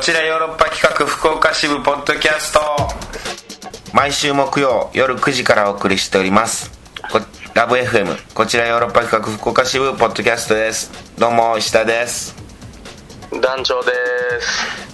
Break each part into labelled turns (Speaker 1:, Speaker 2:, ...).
Speaker 1: ちらヨーロッパ企画福岡支部ポッドキャスト毎週木曜夜9時からお送りしておりますこラブ FM こちらヨーロッパ企画福岡支部ポッドキャストですどうも石田です
Speaker 2: 団長で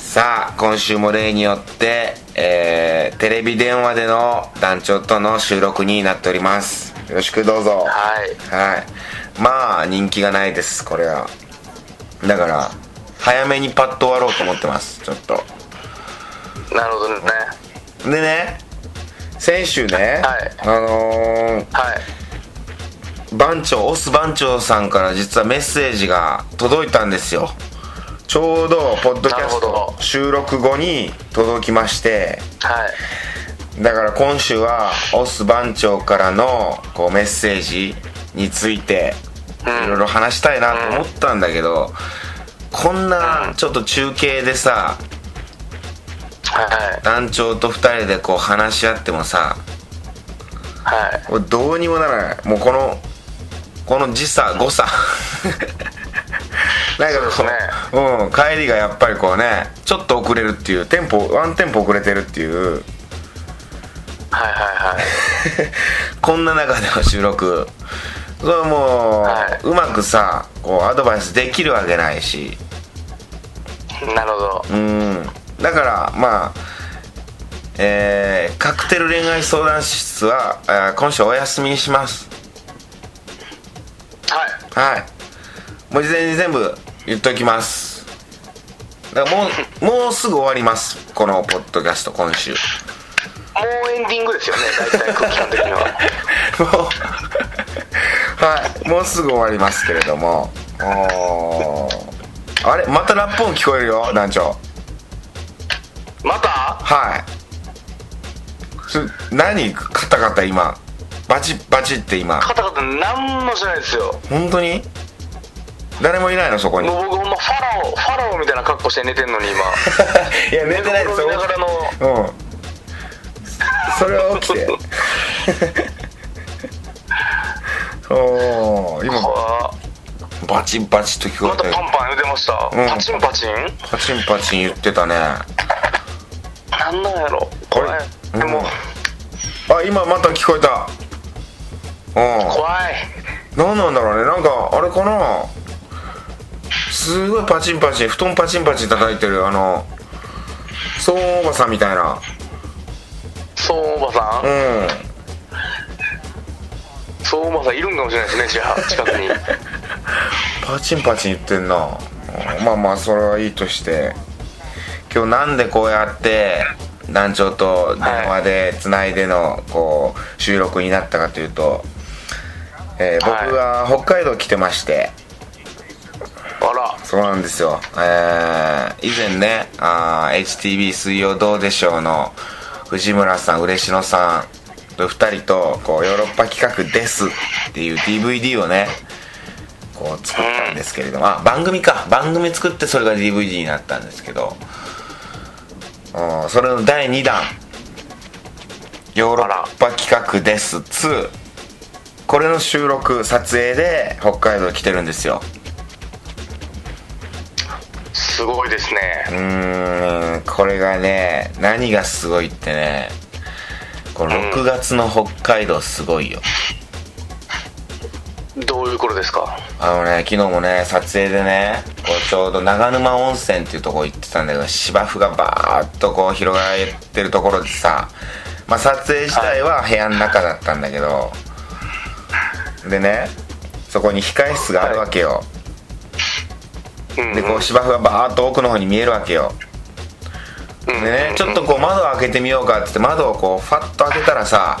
Speaker 2: す
Speaker 1: さあ今週も例によって、えーテレビ電話での団長との収録になっておりますよろしくどうぞ
Speaker 2: はい
Speaker 1: はいまあ人気がないですこれはだから早めにパッと終わろうと思ってますちょっと
Speaker 2: なるほどね
Speaker 1: でね先週ね、
Speaker 2: はい
Speaker 1: あの
Speaker 2: はい
Speaker 1: ー番長オス番長さんから実はメッセージが届いたんですよちょうどポッドキャス
Speaker 2: なる
Speaker 1: ト
Speaker 2: ほど
Speaker 1: 収録後に届きまして
Speaker 2: はい
Speaker 1: だから今週はオス番長からのこうメッセージについていろいろ話したいなと思ったんだけど、こんなちょっと中継でさ
Speaker 2: はい
Speaker 1: 団長と2人でこう話し合ってもさ
Speaker 2: はい
Speaker 1: これどうにもならないもうこのこの時差誤差 なんか
Speaker 2: そうで
Speaker 1: こう、うん、帰りがやっぱりこうねちょっと遅れるっていうテンポワンテンポ遅れてるっていう
Speaker 2: はいはいはい
Speaker 1: こんな中での収録それはもう、
Speaker 2: はいう
Speaker 1: まくさこうアドバイスできるわけないし
Speaker 2: なるほど
Speaker 1: うんだからまあえーカクテル恋愛相談室は、えー今週お休みにします
Speaker 2: はい
Speaker 1: はいもう事前に全部言っときますだからも うもうすぐ終わりますこのポッドキャスト今週
Speaker 2: もうエンディングですよね大体基本的には
Speaker 1: もうはいもう すぐ終わりますけれどもおーあれまたラップ音聞こえるよ団長
Speaker 2: また
Speaker 1: はいそ何カタカタ今バチッバチって今
Speaker 2: カタカタ何もしないですよ
Speaker 1: 本当に誰もいないのそこに い
Speaker 2: もう僕ほんまファラオファラオみたいな格好して寝てんのに今
Speaker 1: や寝てないです
Speaker 2: 寝
Speaker 1: よ
Speaker 2: 転びながらの
Speaker 1: うんそれは起きて おお今
Speaker 2: あ
Speaker 1: バチンバチンと聞こ
Speaker 2: ま
Speaker 1: え
Speaker 2: た
Speaker 1: た
Speaker 2: パ
Speaker 1: よ
Speaker 2: ンパン言うてました、
Speaker 1: ん
Speaker 2: パチンパチン
Speaker 1: パチンパチン言ってたねあ
Speaker 2: なんなんやろ怖い
Speaker 1: あれ
Speaker 2: でも、
Speaker 1: うん今また聞こえたう
Speaker 2: 怖い
Speaker 1: ん何なんだろうねなんかあれかなすごいパチンパチン布団パチンパチン叩いてるあの騒音おばさんみたいな
Speaker 2: そうおばさん、
Speaker 1: うん
Speaker 2: そうおばさんいるんかもしれないですねじゃあ近くに
Speaker 1: パチンパチン言ってんなうんまあまあそれはいいとして今日なんでこうやって団長と電話でつないでのこう収録になったかというと、えー
Speaker 2: はい
Speaker 1: 僕が北海道来てまして
Speaker 2: あら
Speaker 1: そうなんですよえー以前ねあー HTB 水曜どうでしょうの藤村さん嬉野さんと2人とこうヨーロッパ企画ですっていう DVD をねこう作ったんですけれどもあ番組か番組作ってそれが DVD になったんですけどうんそれの第2弾ヨーロッパ企画です2これの収録撮影で北海道来てるんですよ
Speaker 2: すごいです
Speaker 1: うー
Speaker 2: ね
Speaker 1: んこれがね何がすごいってねこの6月の北海道すごいよ、
Speaker 2: どういうことですか
Speaker 1: あのね昨日もね撮影でねこうちょうど長沼温泉っていうとこ行ってたんだけど芝生がバーッとこう広がってるところでさ、まあ、撮影自体は部屋の中だったんだけどでねそこに控室があるわけよ、
Speaker 2: うん
Speaker 1: でこう芝生がバーッと奥の方に見えるわけよでねちょっとこう窓を開けてみようかって言って窓をこうファッと開けたらさ
Speaker 2: は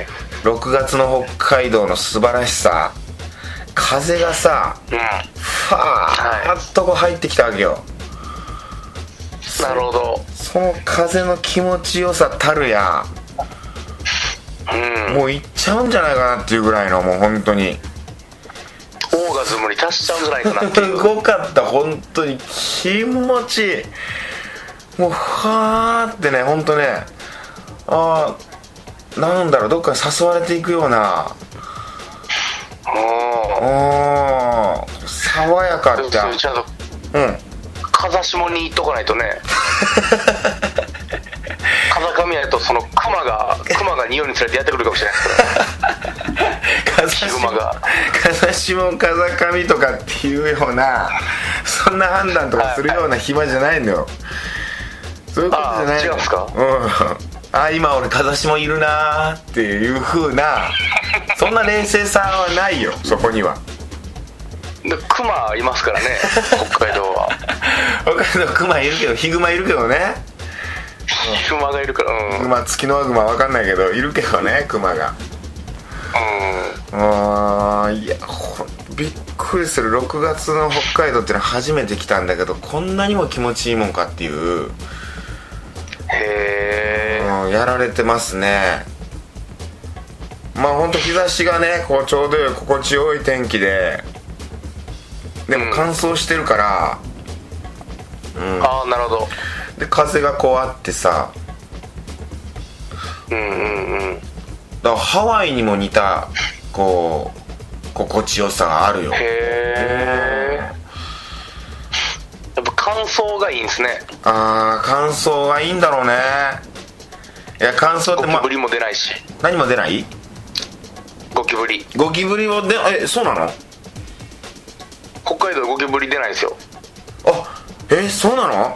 Speaker 2: い
Speaker 1: 6月の北海道の素晴らしさ風がさ
Speaker 2: うん
Speaker 1: ファーッとこう入ってきたわけよ
Speaker 2: なるほど
Speaker 1: その風の気持ちよさたるや
Speaker 2: うん
Speaker 1: もう行っちゃうんじゃないかなっていうぐらいのもう本当に
Speaker 2: オーガズムに達しちゃうんじゃないかなってい
Speaker 1: す
Speaker 2: う
Speaker 1: ごかった本当に気持ちいいもうファーってね本当ねあーなんだろうどっかに誘われていくようなう
Speaker 2: お
Speaker 1: ーん爽やか
Speaker 2: ー
Speaker 1: って
Speaker 2: ちゃんと
Speaker 1: うん
Speaker 2: 風出し物に行っとかない とね風上やとそのクマがクマが匂いにつれてやってくるかもしれないですか
Speaker 1: 風下
Speaker 2: ヒグマが
Speaker 1: 風下風上とかっていうようなそんな判断とかするような暇じゃないのよそういうことじゃないの
Speaker 2: あー違うんすか
Speaker 1: うんあー今俺風下いるなーっていうふうなそんな冷静さはないよそこには
Speaker 2: らでクマいますからね北海道は
Speaker 1: 他のクマいるけどヒグマいるけどね
Speaker 2: ヒグマがいるからうん、う
Speaker 1: ク
Speaker 2: ん、
Speaker 1: マ月のワグマわかんないけどいるけどねクマがあーいやほんびっくりする6月の北海道っていうのは初めて来たんだけどこんなにも気持ちいいもんかっていう、
Speaker 2: へえ
Speaker 1: うんやられてますねまあほんと日差しがねこうちょうどよい心地よい天気ででも乾燥してるから、
Speaker 2: ああなるほど
Speaker 1: で風がこうあってさ
Speaker 2: うんうんう
Speaker 1: だ
Speaker 2: ん
Speaker 1: からハワイにも似たこう心地よさがあるよ
Speaker 2: へえやっぱ乾燥がいいんですね
Speaker 1: ああ乾燥がいいんだろうねいや乾燥っ
Speaker 2: ゴ
Speaker 1: て、
Speaker 2: キ
Speaker 1: ま
Speaker 2: ブ、リも出ないし
Speaker 1: 何も出ない
Speaker 2: ゴキブリ
Speaker 1: ゴキブリもでえそうなの
Speaker 2: 北海道ゴキブリ出ないんですよ
Speaker 1: あえそうなの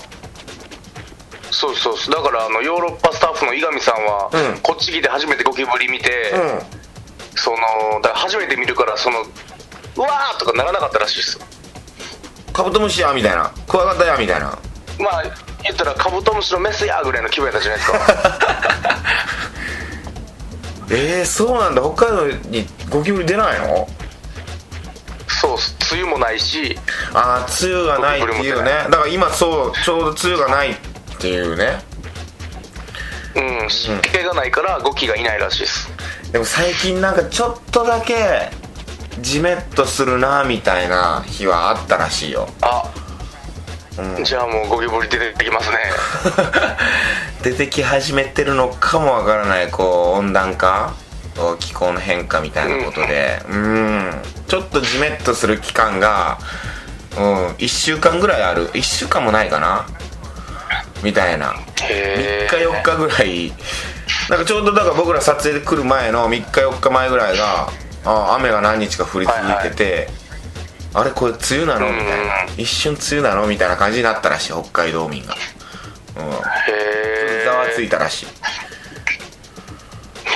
Speaker 2: そうそうそうだからあのヨーロッパスタッフの井上さんは、
Speaker 1: うん
Speaker 2: こっち来て初めてゴキブリ見て、
Speaker 1: うん
Speaker 2: そのだから初めて見るからそのうわーとかならなかったらしいですよ
Speaker 1: カブトムシやみたいなクワガタやみたいな
Speaker 2: まあ言ったらカブトムシのメスやぐらいの気分やったじゃないで すか
Speaker 1: えー、そうなんだ北海道にゴキブリ出ないの
Speaker 2: そうっす梅雨もないし
Speaker 1: ああ梅雨がないっていう
Speaker 2: ゴキブリも
Speaker 1: ね
Speaker 2: 出
Speaker 1: だから今そうちょうど梅雨がないっていうね
Speaker 2: うん湿気がないからゴキがいないらしいです
Speaker 1: でも最近なんかちょっとだけジメッとするなみたいな日はあったらしいよ
Speaker 2: あ、じゃあもうゴキブリ出てきますね
Speaker 1: 出てき始めてるのかもわからないこう温暖化こう気候の変化みたいなことでうんちょっとジメッとする期間が、うん、1週間ぐらいある1週間もないかなみたいな
Speaker 2: へ
Speaker 1: 3
Speaker 2: え
Speaker 1: 日4日ぐらいなんかちょうどだから僕ら撮影で来る前の3日4日前ぐらいがあ雨が何日か降り続いてて、あれこれ梅雨なのみたいな
Speaker 2: うん
Speaker 1: 一瞬梅雨なのみたいな感じになったらしい北海道民が、うん、
Speaker 2: へ
Speaker 1: ざわつ
Speaker 2: え
Speaker 1: いたらしい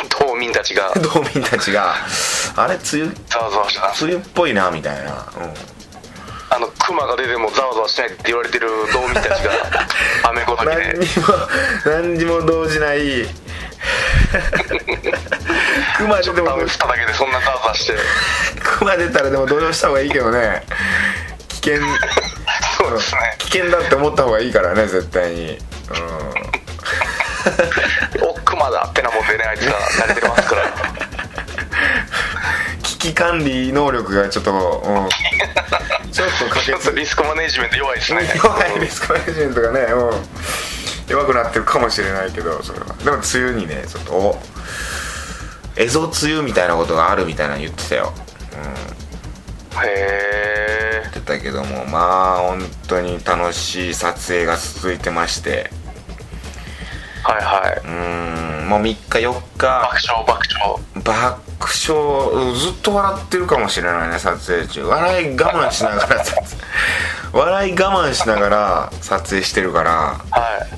Speaker 2: 島民たちが
Speaker 1: 道民たちがあれ梅雨
Speaker 2: ざわざわ した
Speaker 1: 梅雨っぽいなみたいな、うん、
Speaker 2: あのクマが出てもざわざわしないって言われてる道民たち が雨ごときで、
Speaker 1: 何にも何にも動じ ない熊出ても
Speaker 2: 雨降っただけでそんなざわざわして
Speaker 1: 熊出たらでも動揺した方がいいけどね危険
Speaker 2: そうですね
Speaker 1: 危険だって思った方がいいからね絶対にうん
Speaker 2: おクマだってなもんでねあいつら慣れてます から
Speaker 1: 危機管理能力がちょっと、うん、 ちょっと欠
Speaker 2: ちょっと
Speaker 1: け
Speaker 2: リスクマネジメント 弱い ですね
Speaker 1: つ弱いリスクマネジメントがね、うん、弱くなってるかもしれないけどそれはでも梅雨にねちょっとおエゾ梅雨みたいなことがあるみたいなの言ってたよ
Speaker 2: へえ
Speaker 1: 言ってたけどもまあ本当に楽しい撮影が続いてまして
Speaker 2: はいはいう
Speaker 1: ーんもう3日4日
Speaker 2: 爆笑爆笑
Speaker 1: 爆笑うんずっと笑ってるかもしれないね撮影中笑い我慢しながら撮影笑い我慢しながら撮影してるから
Speaker 2: は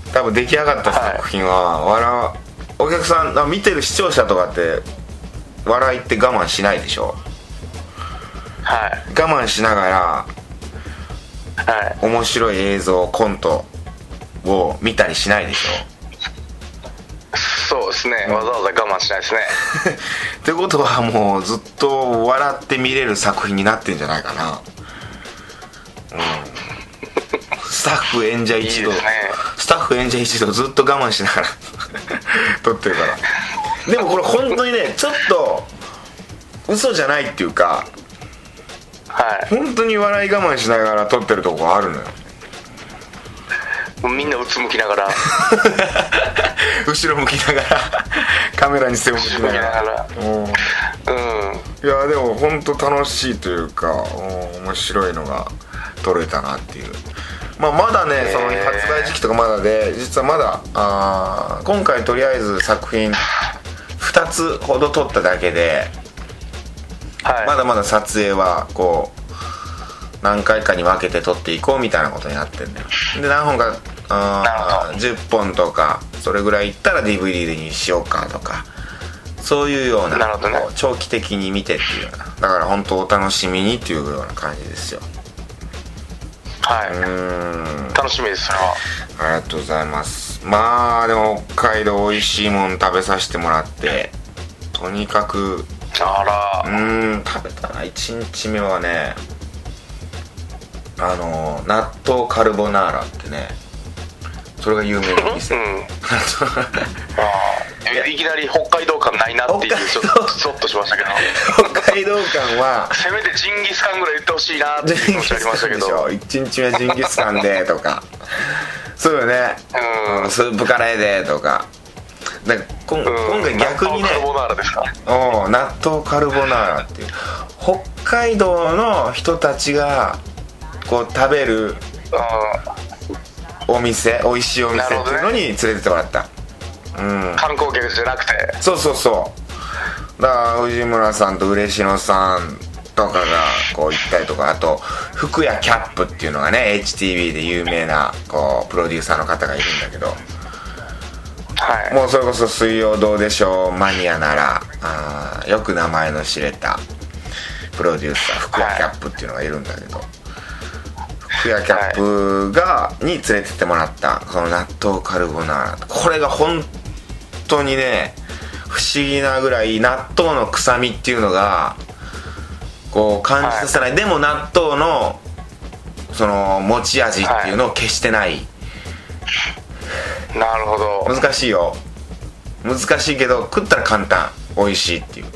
Speaker 2: い
Speaker 1: 多分出来上がった作品は笑うお客さんあ見てる視聴者とかって笑いって我慢しないでしょ
Speaker 2: はい
Speaker 1: 我慢しながら
Speaker 2: はい
Speaker 1: 面白い映像コントを見たりしないでし
Speaker 2: そうですねわざわざ我慢しないですね
Speaker 1: ょってことはもうずっと笑って見れる作品になってんじゃないかなうんスタッフ演者
Speaker 2: いい
Speaker 1: 一
Speaker 2: で
Speaker 1: 同
Speaker 2: すね
Speaker 1: スタッフ演者一同ずっと我慢しながら 撮ってるからでもこれ本当にねちょっと嘘じゃないっていうか
Speaker 2: は
Speaker 1: 本当に笑い我慢しながら撮ってるとこあるのよ
Speaker 2: いもうみんなうつむきな がら
Speaker 1: 後ろ向きながらカメラに背を向き
Speaker 2: 後
Speaker 1: な
Speaker 2: ろ向
Speaker 1: が
Speaker 2: き
Speaker 1: ら
Speaker 2: なが
Speaker 1: うん
Speaker 2: らうん
Speaker 1: いやでも本当楽しいというかうん面白いのが撮れたなっていうまあ、まだね、
Speaker 2: ー
Speaker 1: その発売時期とかまだで実はまだあー今回とりあえず作品2つほど撮っただけで
Speaker 2: はい、
Speaker 1: まだまだ撮影はこう何回かに分けて撮っていこうみたいなことになってんだよで何本かあー10本とかそれぐらいいったら DVD でにしようかとかそういうような
Speaker 2: なるほどね
Speaker 1: こう長期的に見てっていうようなだから本当お楽しみにっていうような感じですよ
Speaker 2: は
Speaker 1: う
Speaker 2: い
Speaker 1: ーん
Speaker 2: 楽しみですそれは
Speaker 1: ありがとうございますまあでも北海道美味しいもん食べさせてもらってとにかく
Speaker 2: あ
Speaker 1: う
Speaker 2: ら
Speaker 1: ーん食べたな1日目はねあの納豆カルボナーラってねそれが有名な
Speaker 2: う
Speaker 1: 店
Speaker 2: んああいきなり北海道感ないなっていうちょっ
Speaker 1: 北海
Speaker 2: と
Speaker 1: 道
Speaker 2: ゾッとしまし たけど
Speaker 1: 北海道館は
Speaker 2: せめてジンギスカンぐらい言ってほしいなって
Speaker 1: ジン
Speaker 2: いう気持
Speaker 1: ギ
Speaker 2: ちあ
Speaker 1: スカン
Speaker 2: りましたけ
Speaker 1: で
Speaker 2: ど
Speaker 1: しょ1日目はジンギスカンでとかそうよね
Speaker 2: うん
Speaker 1: スープカレーでとかなんかこん
Speaker 2: う
Speaker 1: 今
Speaker 2: ん
Speaker 1: 回逆にね
Speaker 2: カルボナーラですか
Speaker 1: お納豆カルボナーラっていう北海道の人たちがこう食べる
Speaker 2: うん
Speaker 1: お店美味しいお店
Speaker 2: な
Speaker 1: っ
Speaker 2: るほ
Speaker 1: て
Speaker 2: どね
Speaker 1: いうのに連れてってもらった、うん
Speaker 2: 観光客じゃなくて
Speaker 1: そうそうそうだから藤村さんと嬉野さんとかがこう行ったりとかあと福屋キャップっていうのがね HTV で有名なこうプロデューサーの方がいるんだけど
Speaker 2: はい
Speaker 1: もうそれこそ「水曜どうでしょう」マニアならあーよく名前の知れたプロデューサー福屋キャップっていうのがいるんだけど、福屋キャップが、に連れてってもらったこの納豆カルボナーラこれが本当にね不思議なぐらい納豆の臭みっていうのがこう感じさせない、でも納豆のその持ち味っていうのを消してない
Speaker 2: なるほど
Speaker 1: 難しいよ難しいけど食ったら簡単美味しいっていう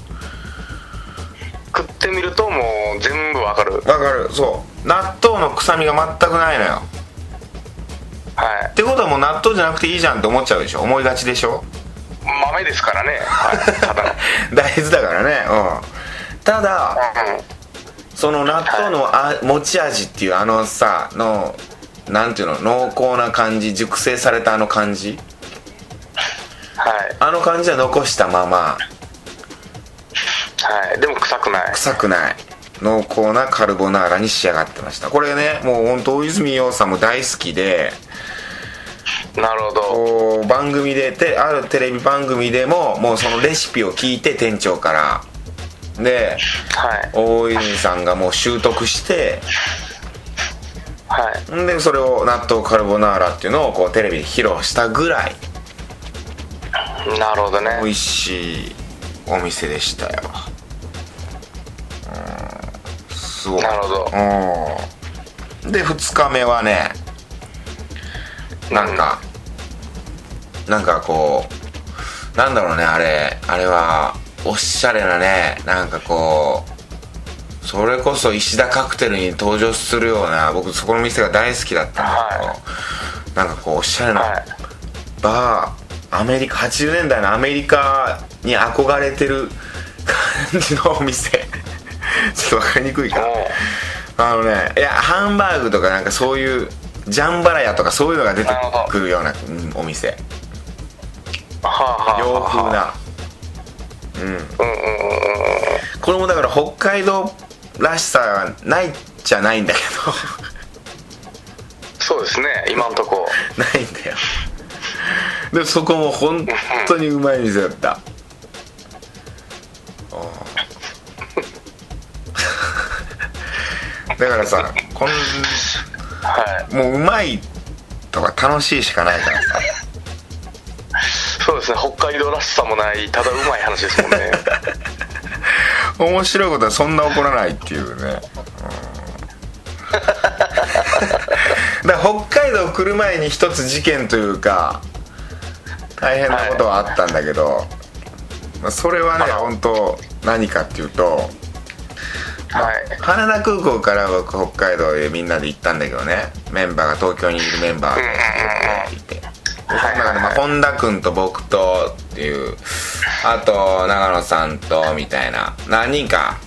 Speaker 2: 食ってみるともう全部わかる
Speaker 1: わかるそう納豆の臭みが全くないのよ
Speaker 2: はい
Speaker 1: ってことはもう納豆じゃなくていいじゃんって思っちゃうでしょ思いがちでしょ
Speaker 2: 豆ですからねはいただ の
Speaker 1: 大豆だからねうんただ
Speaker 2: うん
Speaker 1: その納豆のあ持ち味っていうあのさのなんていうの濃厚な感じ熟成されたあの感じ
Speaker 2: はい
Speaker 1: あの感じは残したまま
Speaker 2: はいでも臭くない
Speaker 1: 臭くない濃厚なカルボナーラに仕上がってましたこれねもうほんと大泉洋さんも大好きで
Speaker 2: なるほど
Speaker 1: こう番組でてあるテレビ番組でももうそのレシピを聞いて店長からで
Speaker 2: はい
Speaker 1: 大泉さんがもう習得して
Speaker 2: はい
Speaker 1: んでそれを納豆カルボナーラっていうのをこうテレビで披露したぐらい
Speaker 2: なるほどね
Speaker 1: 美味しいお店でしたようんすごい
Speaker 2: なるほど
Speaker 1: うんで2日目はねなんか、なんかこうなんだろうねあれあれはおしゃれなねなんかこうそれこそ石田カクテルに登場するような僕そこの店が大好きだったんだけど、
Speaker 2: は
Speaker 1: なんかこうおしゃれな、
Speaker 2: はい
Speaker 1: バーアメリカ80年代のアメリカに憧れてる感じのお店 ちょっと分かりにくいか
Speaker 2: う
Speaker 1: あのねいやハンバーグとかなんかそういうジャンバラヤとかそういうのが出てくるような、うんお店
Speaker 2: んはあはあ
Speaker 1: 洋
Speaker 2: は
Speaker 1: 風な
Speaker 2: あうんうんうんうん
Speaker 1: これもだから北海道らしさがないじゃないんだけ
Speaker 2: そうですね今んとこ
Speaker 1: ど ないんだよでもそこも本当にうまい店だったあー だからさこん
Speaker 2: はい
Speaker 1: もううまいとか楽しいしかないからさ
Speaker 2: そうですね北海道らしさもないただうまい話ですも んね
Speaker 1: 面白いことはそんな起こらないっていうね、うん だから北海道来る前に一つ事件というか大変なことはあったんだけど、まあそれはね
Speaker 2: あら
Speaker 1: 本当何かっていうと
Speaker 2: はい
Speaker 1: 羽田空港から僕北海道へみんなで行ったんだけどねメンバーが東京にいるメンバーがいてでその中でまあ本田君と僕とっていうあと長野さんとみたいな何人か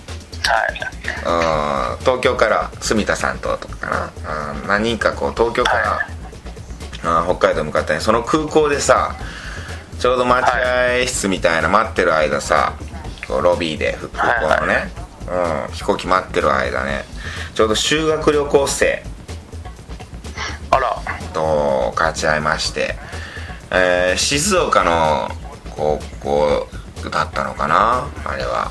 Speaker 2: はい、
Speaker 1: うん東京から住田さんととかかな、うん何人かこう東京から、あー北海道向かったねその空港でさちょうど待合室みたいな待ってる間さこうロビーでふ空港のね、うん、飛行機待ってる間ねちょうど修学旅行生
Speaker 2: あら
Speaker 1: と勝ち合いまして、えー静岡の高校だったのかなあれは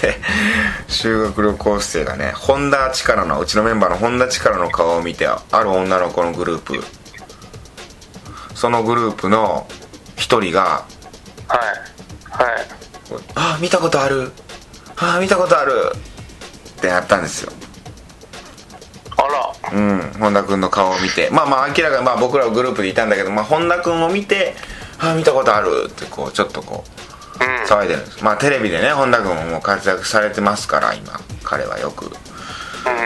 Speaker 1: で修学旅行生がね本田力のうちのメンバーの本田力の顔を見てある女の子のグループそのグループの一人が
Speaker 2: はいはい
Speaker 1: 「あ見たことあるあ見たことある」ってやったんですよ
Speaker 2: あ
Speaker 1: うん本田君の顔を見てまあまあ明らかにまあ僕らはグループでいたんだけど、まあ、本田君を見て「あ見たことある」ってこうちょっとこう
Speaker 2: らうん
Speaker 1: 騒いでるんですまあテレビでね本田君ももう活躍されてますから今彼はよく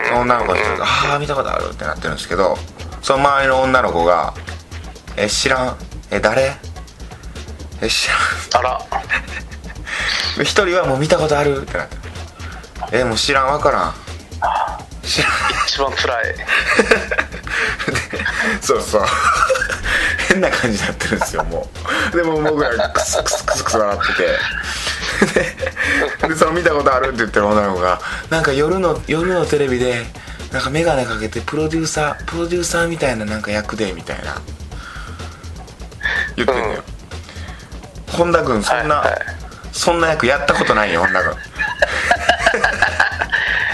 Speaker 1: その女の子の人が「ああ見たことある」ってなってるんですけどその周りの女の子が「え知らんえ誰え知らん」
Speaker 2: あら
Speaker 1: で一人はもう見たことあるってなって「えもう知らんわからん知らん」
Speaker 2: 一番辛い
Speaker 1: そうそう変な感じになってるんですよもうでもう僕らクスクスクスクス笑っててででその見たことあるって言ってる女の子がなんか夜の夜のテレビでなんか眼鏡かけてプロデューサープロデューサーみたいななんか役でみたいな言ってんのよ、本田君そんな、
Speaker 2: はいはい
Speaker 1: そんな役やったことないよ本田君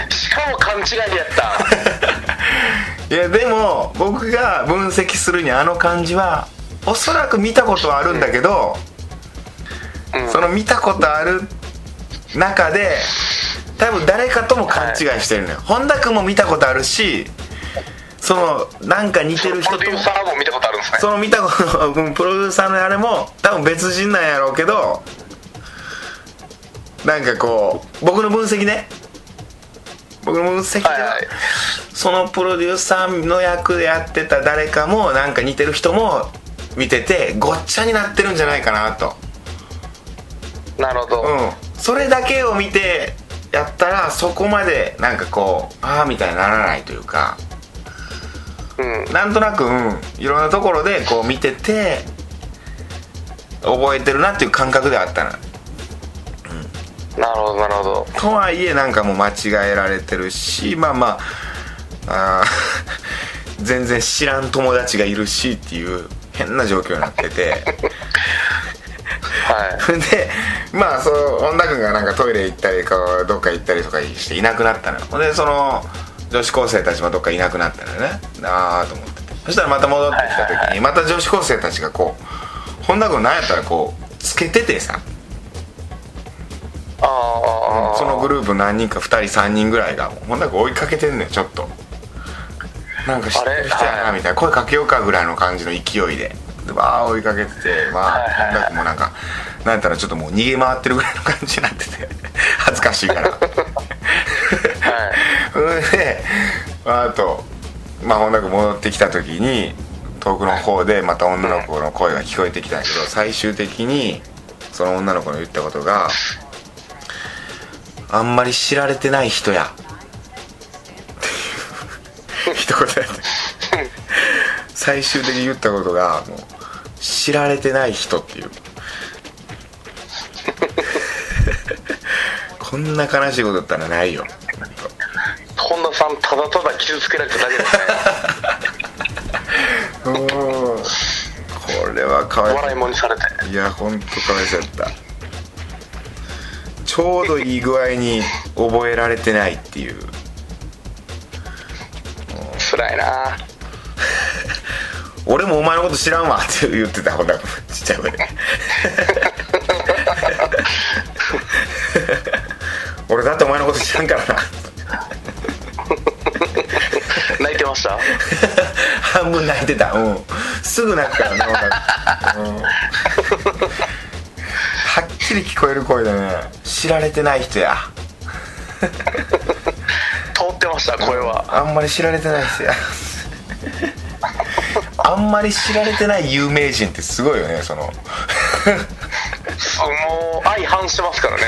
Speaker 2: しかも勘違いでやった
Speaker 1: いやでも僕が分析するにあの感じはおそらく見たことはあるんだけど、
Speaker 2: うん
Speaker 1: その見たことある中で多分誰かとも勘違いしてるのよ、本田君も見たことあるしそのなんか似てる
Speaker 2: プ
Speaker 1: 人
Speaker 2: ロデ
Speaker 1: と
Speaker 2: ュー
Speaker 1: も
Speaker 2: サーも見たことあるんですね
Speaker 1: その見たことうんプロデューサーのあれも多分別人なんやろうけどなんかこう僕の分析ね僕の分析では、
Speaker 2: はいはい
Speaker 1: そのプロデューサーの役でやってた誰かもなんか似てる人も見ててごっちゃになってるんじゃないかなと
Speaker 2: なるほど、
Speaker 1: うんそれだけを見てやったらそこまでなんかこうああみたいにならないというか
Speaker 2: うん
Speaker 1: なんとなく、うん、いろんなところでこう見てて覚えてるなっていう感覚ではあったな
Speaker 2: なるほどなるほど
Speaker 1: とはいえなんかもう間違えられてるしまあまああー 全然知らん友達がいるしっていう変な状況になってて
Speaker 2: はい
Speaker 1: でまあそう女君がなんかトイレ行ったりこうどっか行ったりとかしていなくなったのよほんでその女子高生たちもどっかいなくなったのよねああと思っててそしたらまた戻ってきた時にまた女子高生たちがこう本田君なんやったらこうつけててさ
Speaker 2: ああ、
Speaker 1: そのグループ何人か2人3人ぐらいがほんなんか追いかけてんねんちょっとなんか知ってる人やなみたいな声かけようかぐらいの感じの勢いででわあ追いかけててまあ
Speaker 2: はいはいはい
Speaker 1: なんかもうなんかなんやったらちょっともう逃げ回ってるぐらいの感じになってて恥ずかしいから
Speaker 2: はい
Speaker 1: それであとまあ本田君戻ってきた時に遠くの方でまた女の子の声が聞こえてきたんやけど最終的にその女の子の言ったことがあんまり知られてない人やっていう一言やった最終的に言ったことがもう知られてない人っていうこんな悲しいことだったらないよほんと
Speaker 2: 本田さんただただ傷つけられただけですね
Speaker 1: うんこれはかわい
Speaker 2: 笑いもんにされて
Speaker 1: いいやほんとかわいそうやったちょうどいい具合に覚えられてないっていう
Speaker 2: 辛いな
Speaker 1: 俺もお前のこと知らんわって言ってたほんならちっちゃい声で俺だってお前のこと知らんからな
Speaker 2: 泣いてました
Speaker 1: 半分泣いてたうんすぐ泣くからねほんならうんはっきり聞こえる声だね知られてない人や
Speaker 2: 通ってました声は
Speaker 1: あんまり知られてないですよあんまり知られてない有名人ってすごいよねその
Speaker 2: もう相反してますからね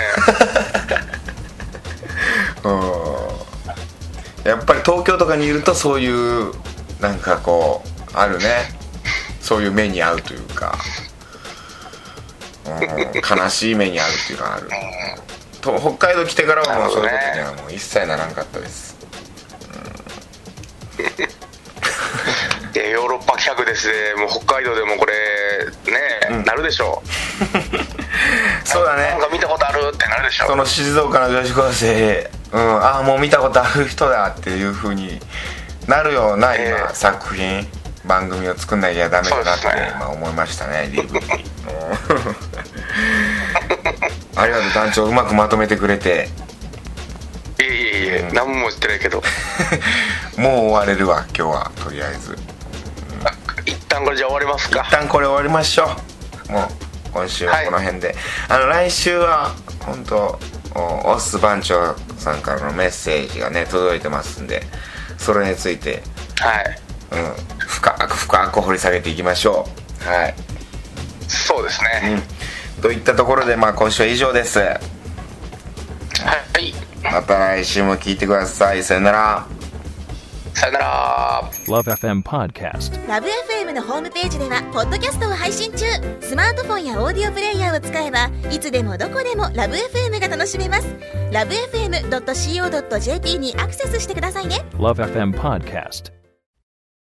Speaker 1: やっぱり東京とかにいるとそういうなんかこうあるねそういう目に遭うというか、うん、悲しい目に遭うっていうのはあると北海道来てからはもうそういうことにはもう一切ならんかったです
Speaker 2: でヨーロッパ企画ですでもう北海道でもこれね、なるでしょ
Speaker 1: そうだ
Speaker 2: なん
Speaker 1: ね
Speaker 2: か見たことあるってなるでしょ
Speaker 1: その静岡の女子高生、うん、ああもう見たことある人だっていうふうになるような今、
Speaker 2: ええ
Speaker 1: 作品番組を作んなきゃダメだなって
Speaker 2: そうですね
Speaker 1: 今思いましたね DVD うん ありがとう団長うまくまとめてくれて
Speaker 2: いえいえいえ、何も言ってないけど
Speaker 1: もう終われるわ今日はとりあえず
Speaker 2: 一旦これじゃあ終わりますか
Speaker 1: 一旦これ終わりましょうもう今週ははいこの辺で、あの来週は本当おオス番長さんからのメッセージがね届いてますんでそれについて
Speaker 2: はい
Speaker 1: うん、深く深く掘り下げていきましょうはい、
Speaker 2: そうですね、
Speaker 1: うん、といったところでまあ今週は以上です
Speaker 2: はい
Speaker 1: また来週も聞いてくださいさよなら
Speaker 2: さよなら
Speaker 3: Love FM Podcast.
Speaker 4: ラブ f m のホームページではポッドキャストを配信中スマートフォンやオーディオプレイヤーを使えばいつでもどこでもラブ f m が楽しめますラブ FM.co.jp にアクセスしてくださいね
Speaker 3: Love FM Podcast.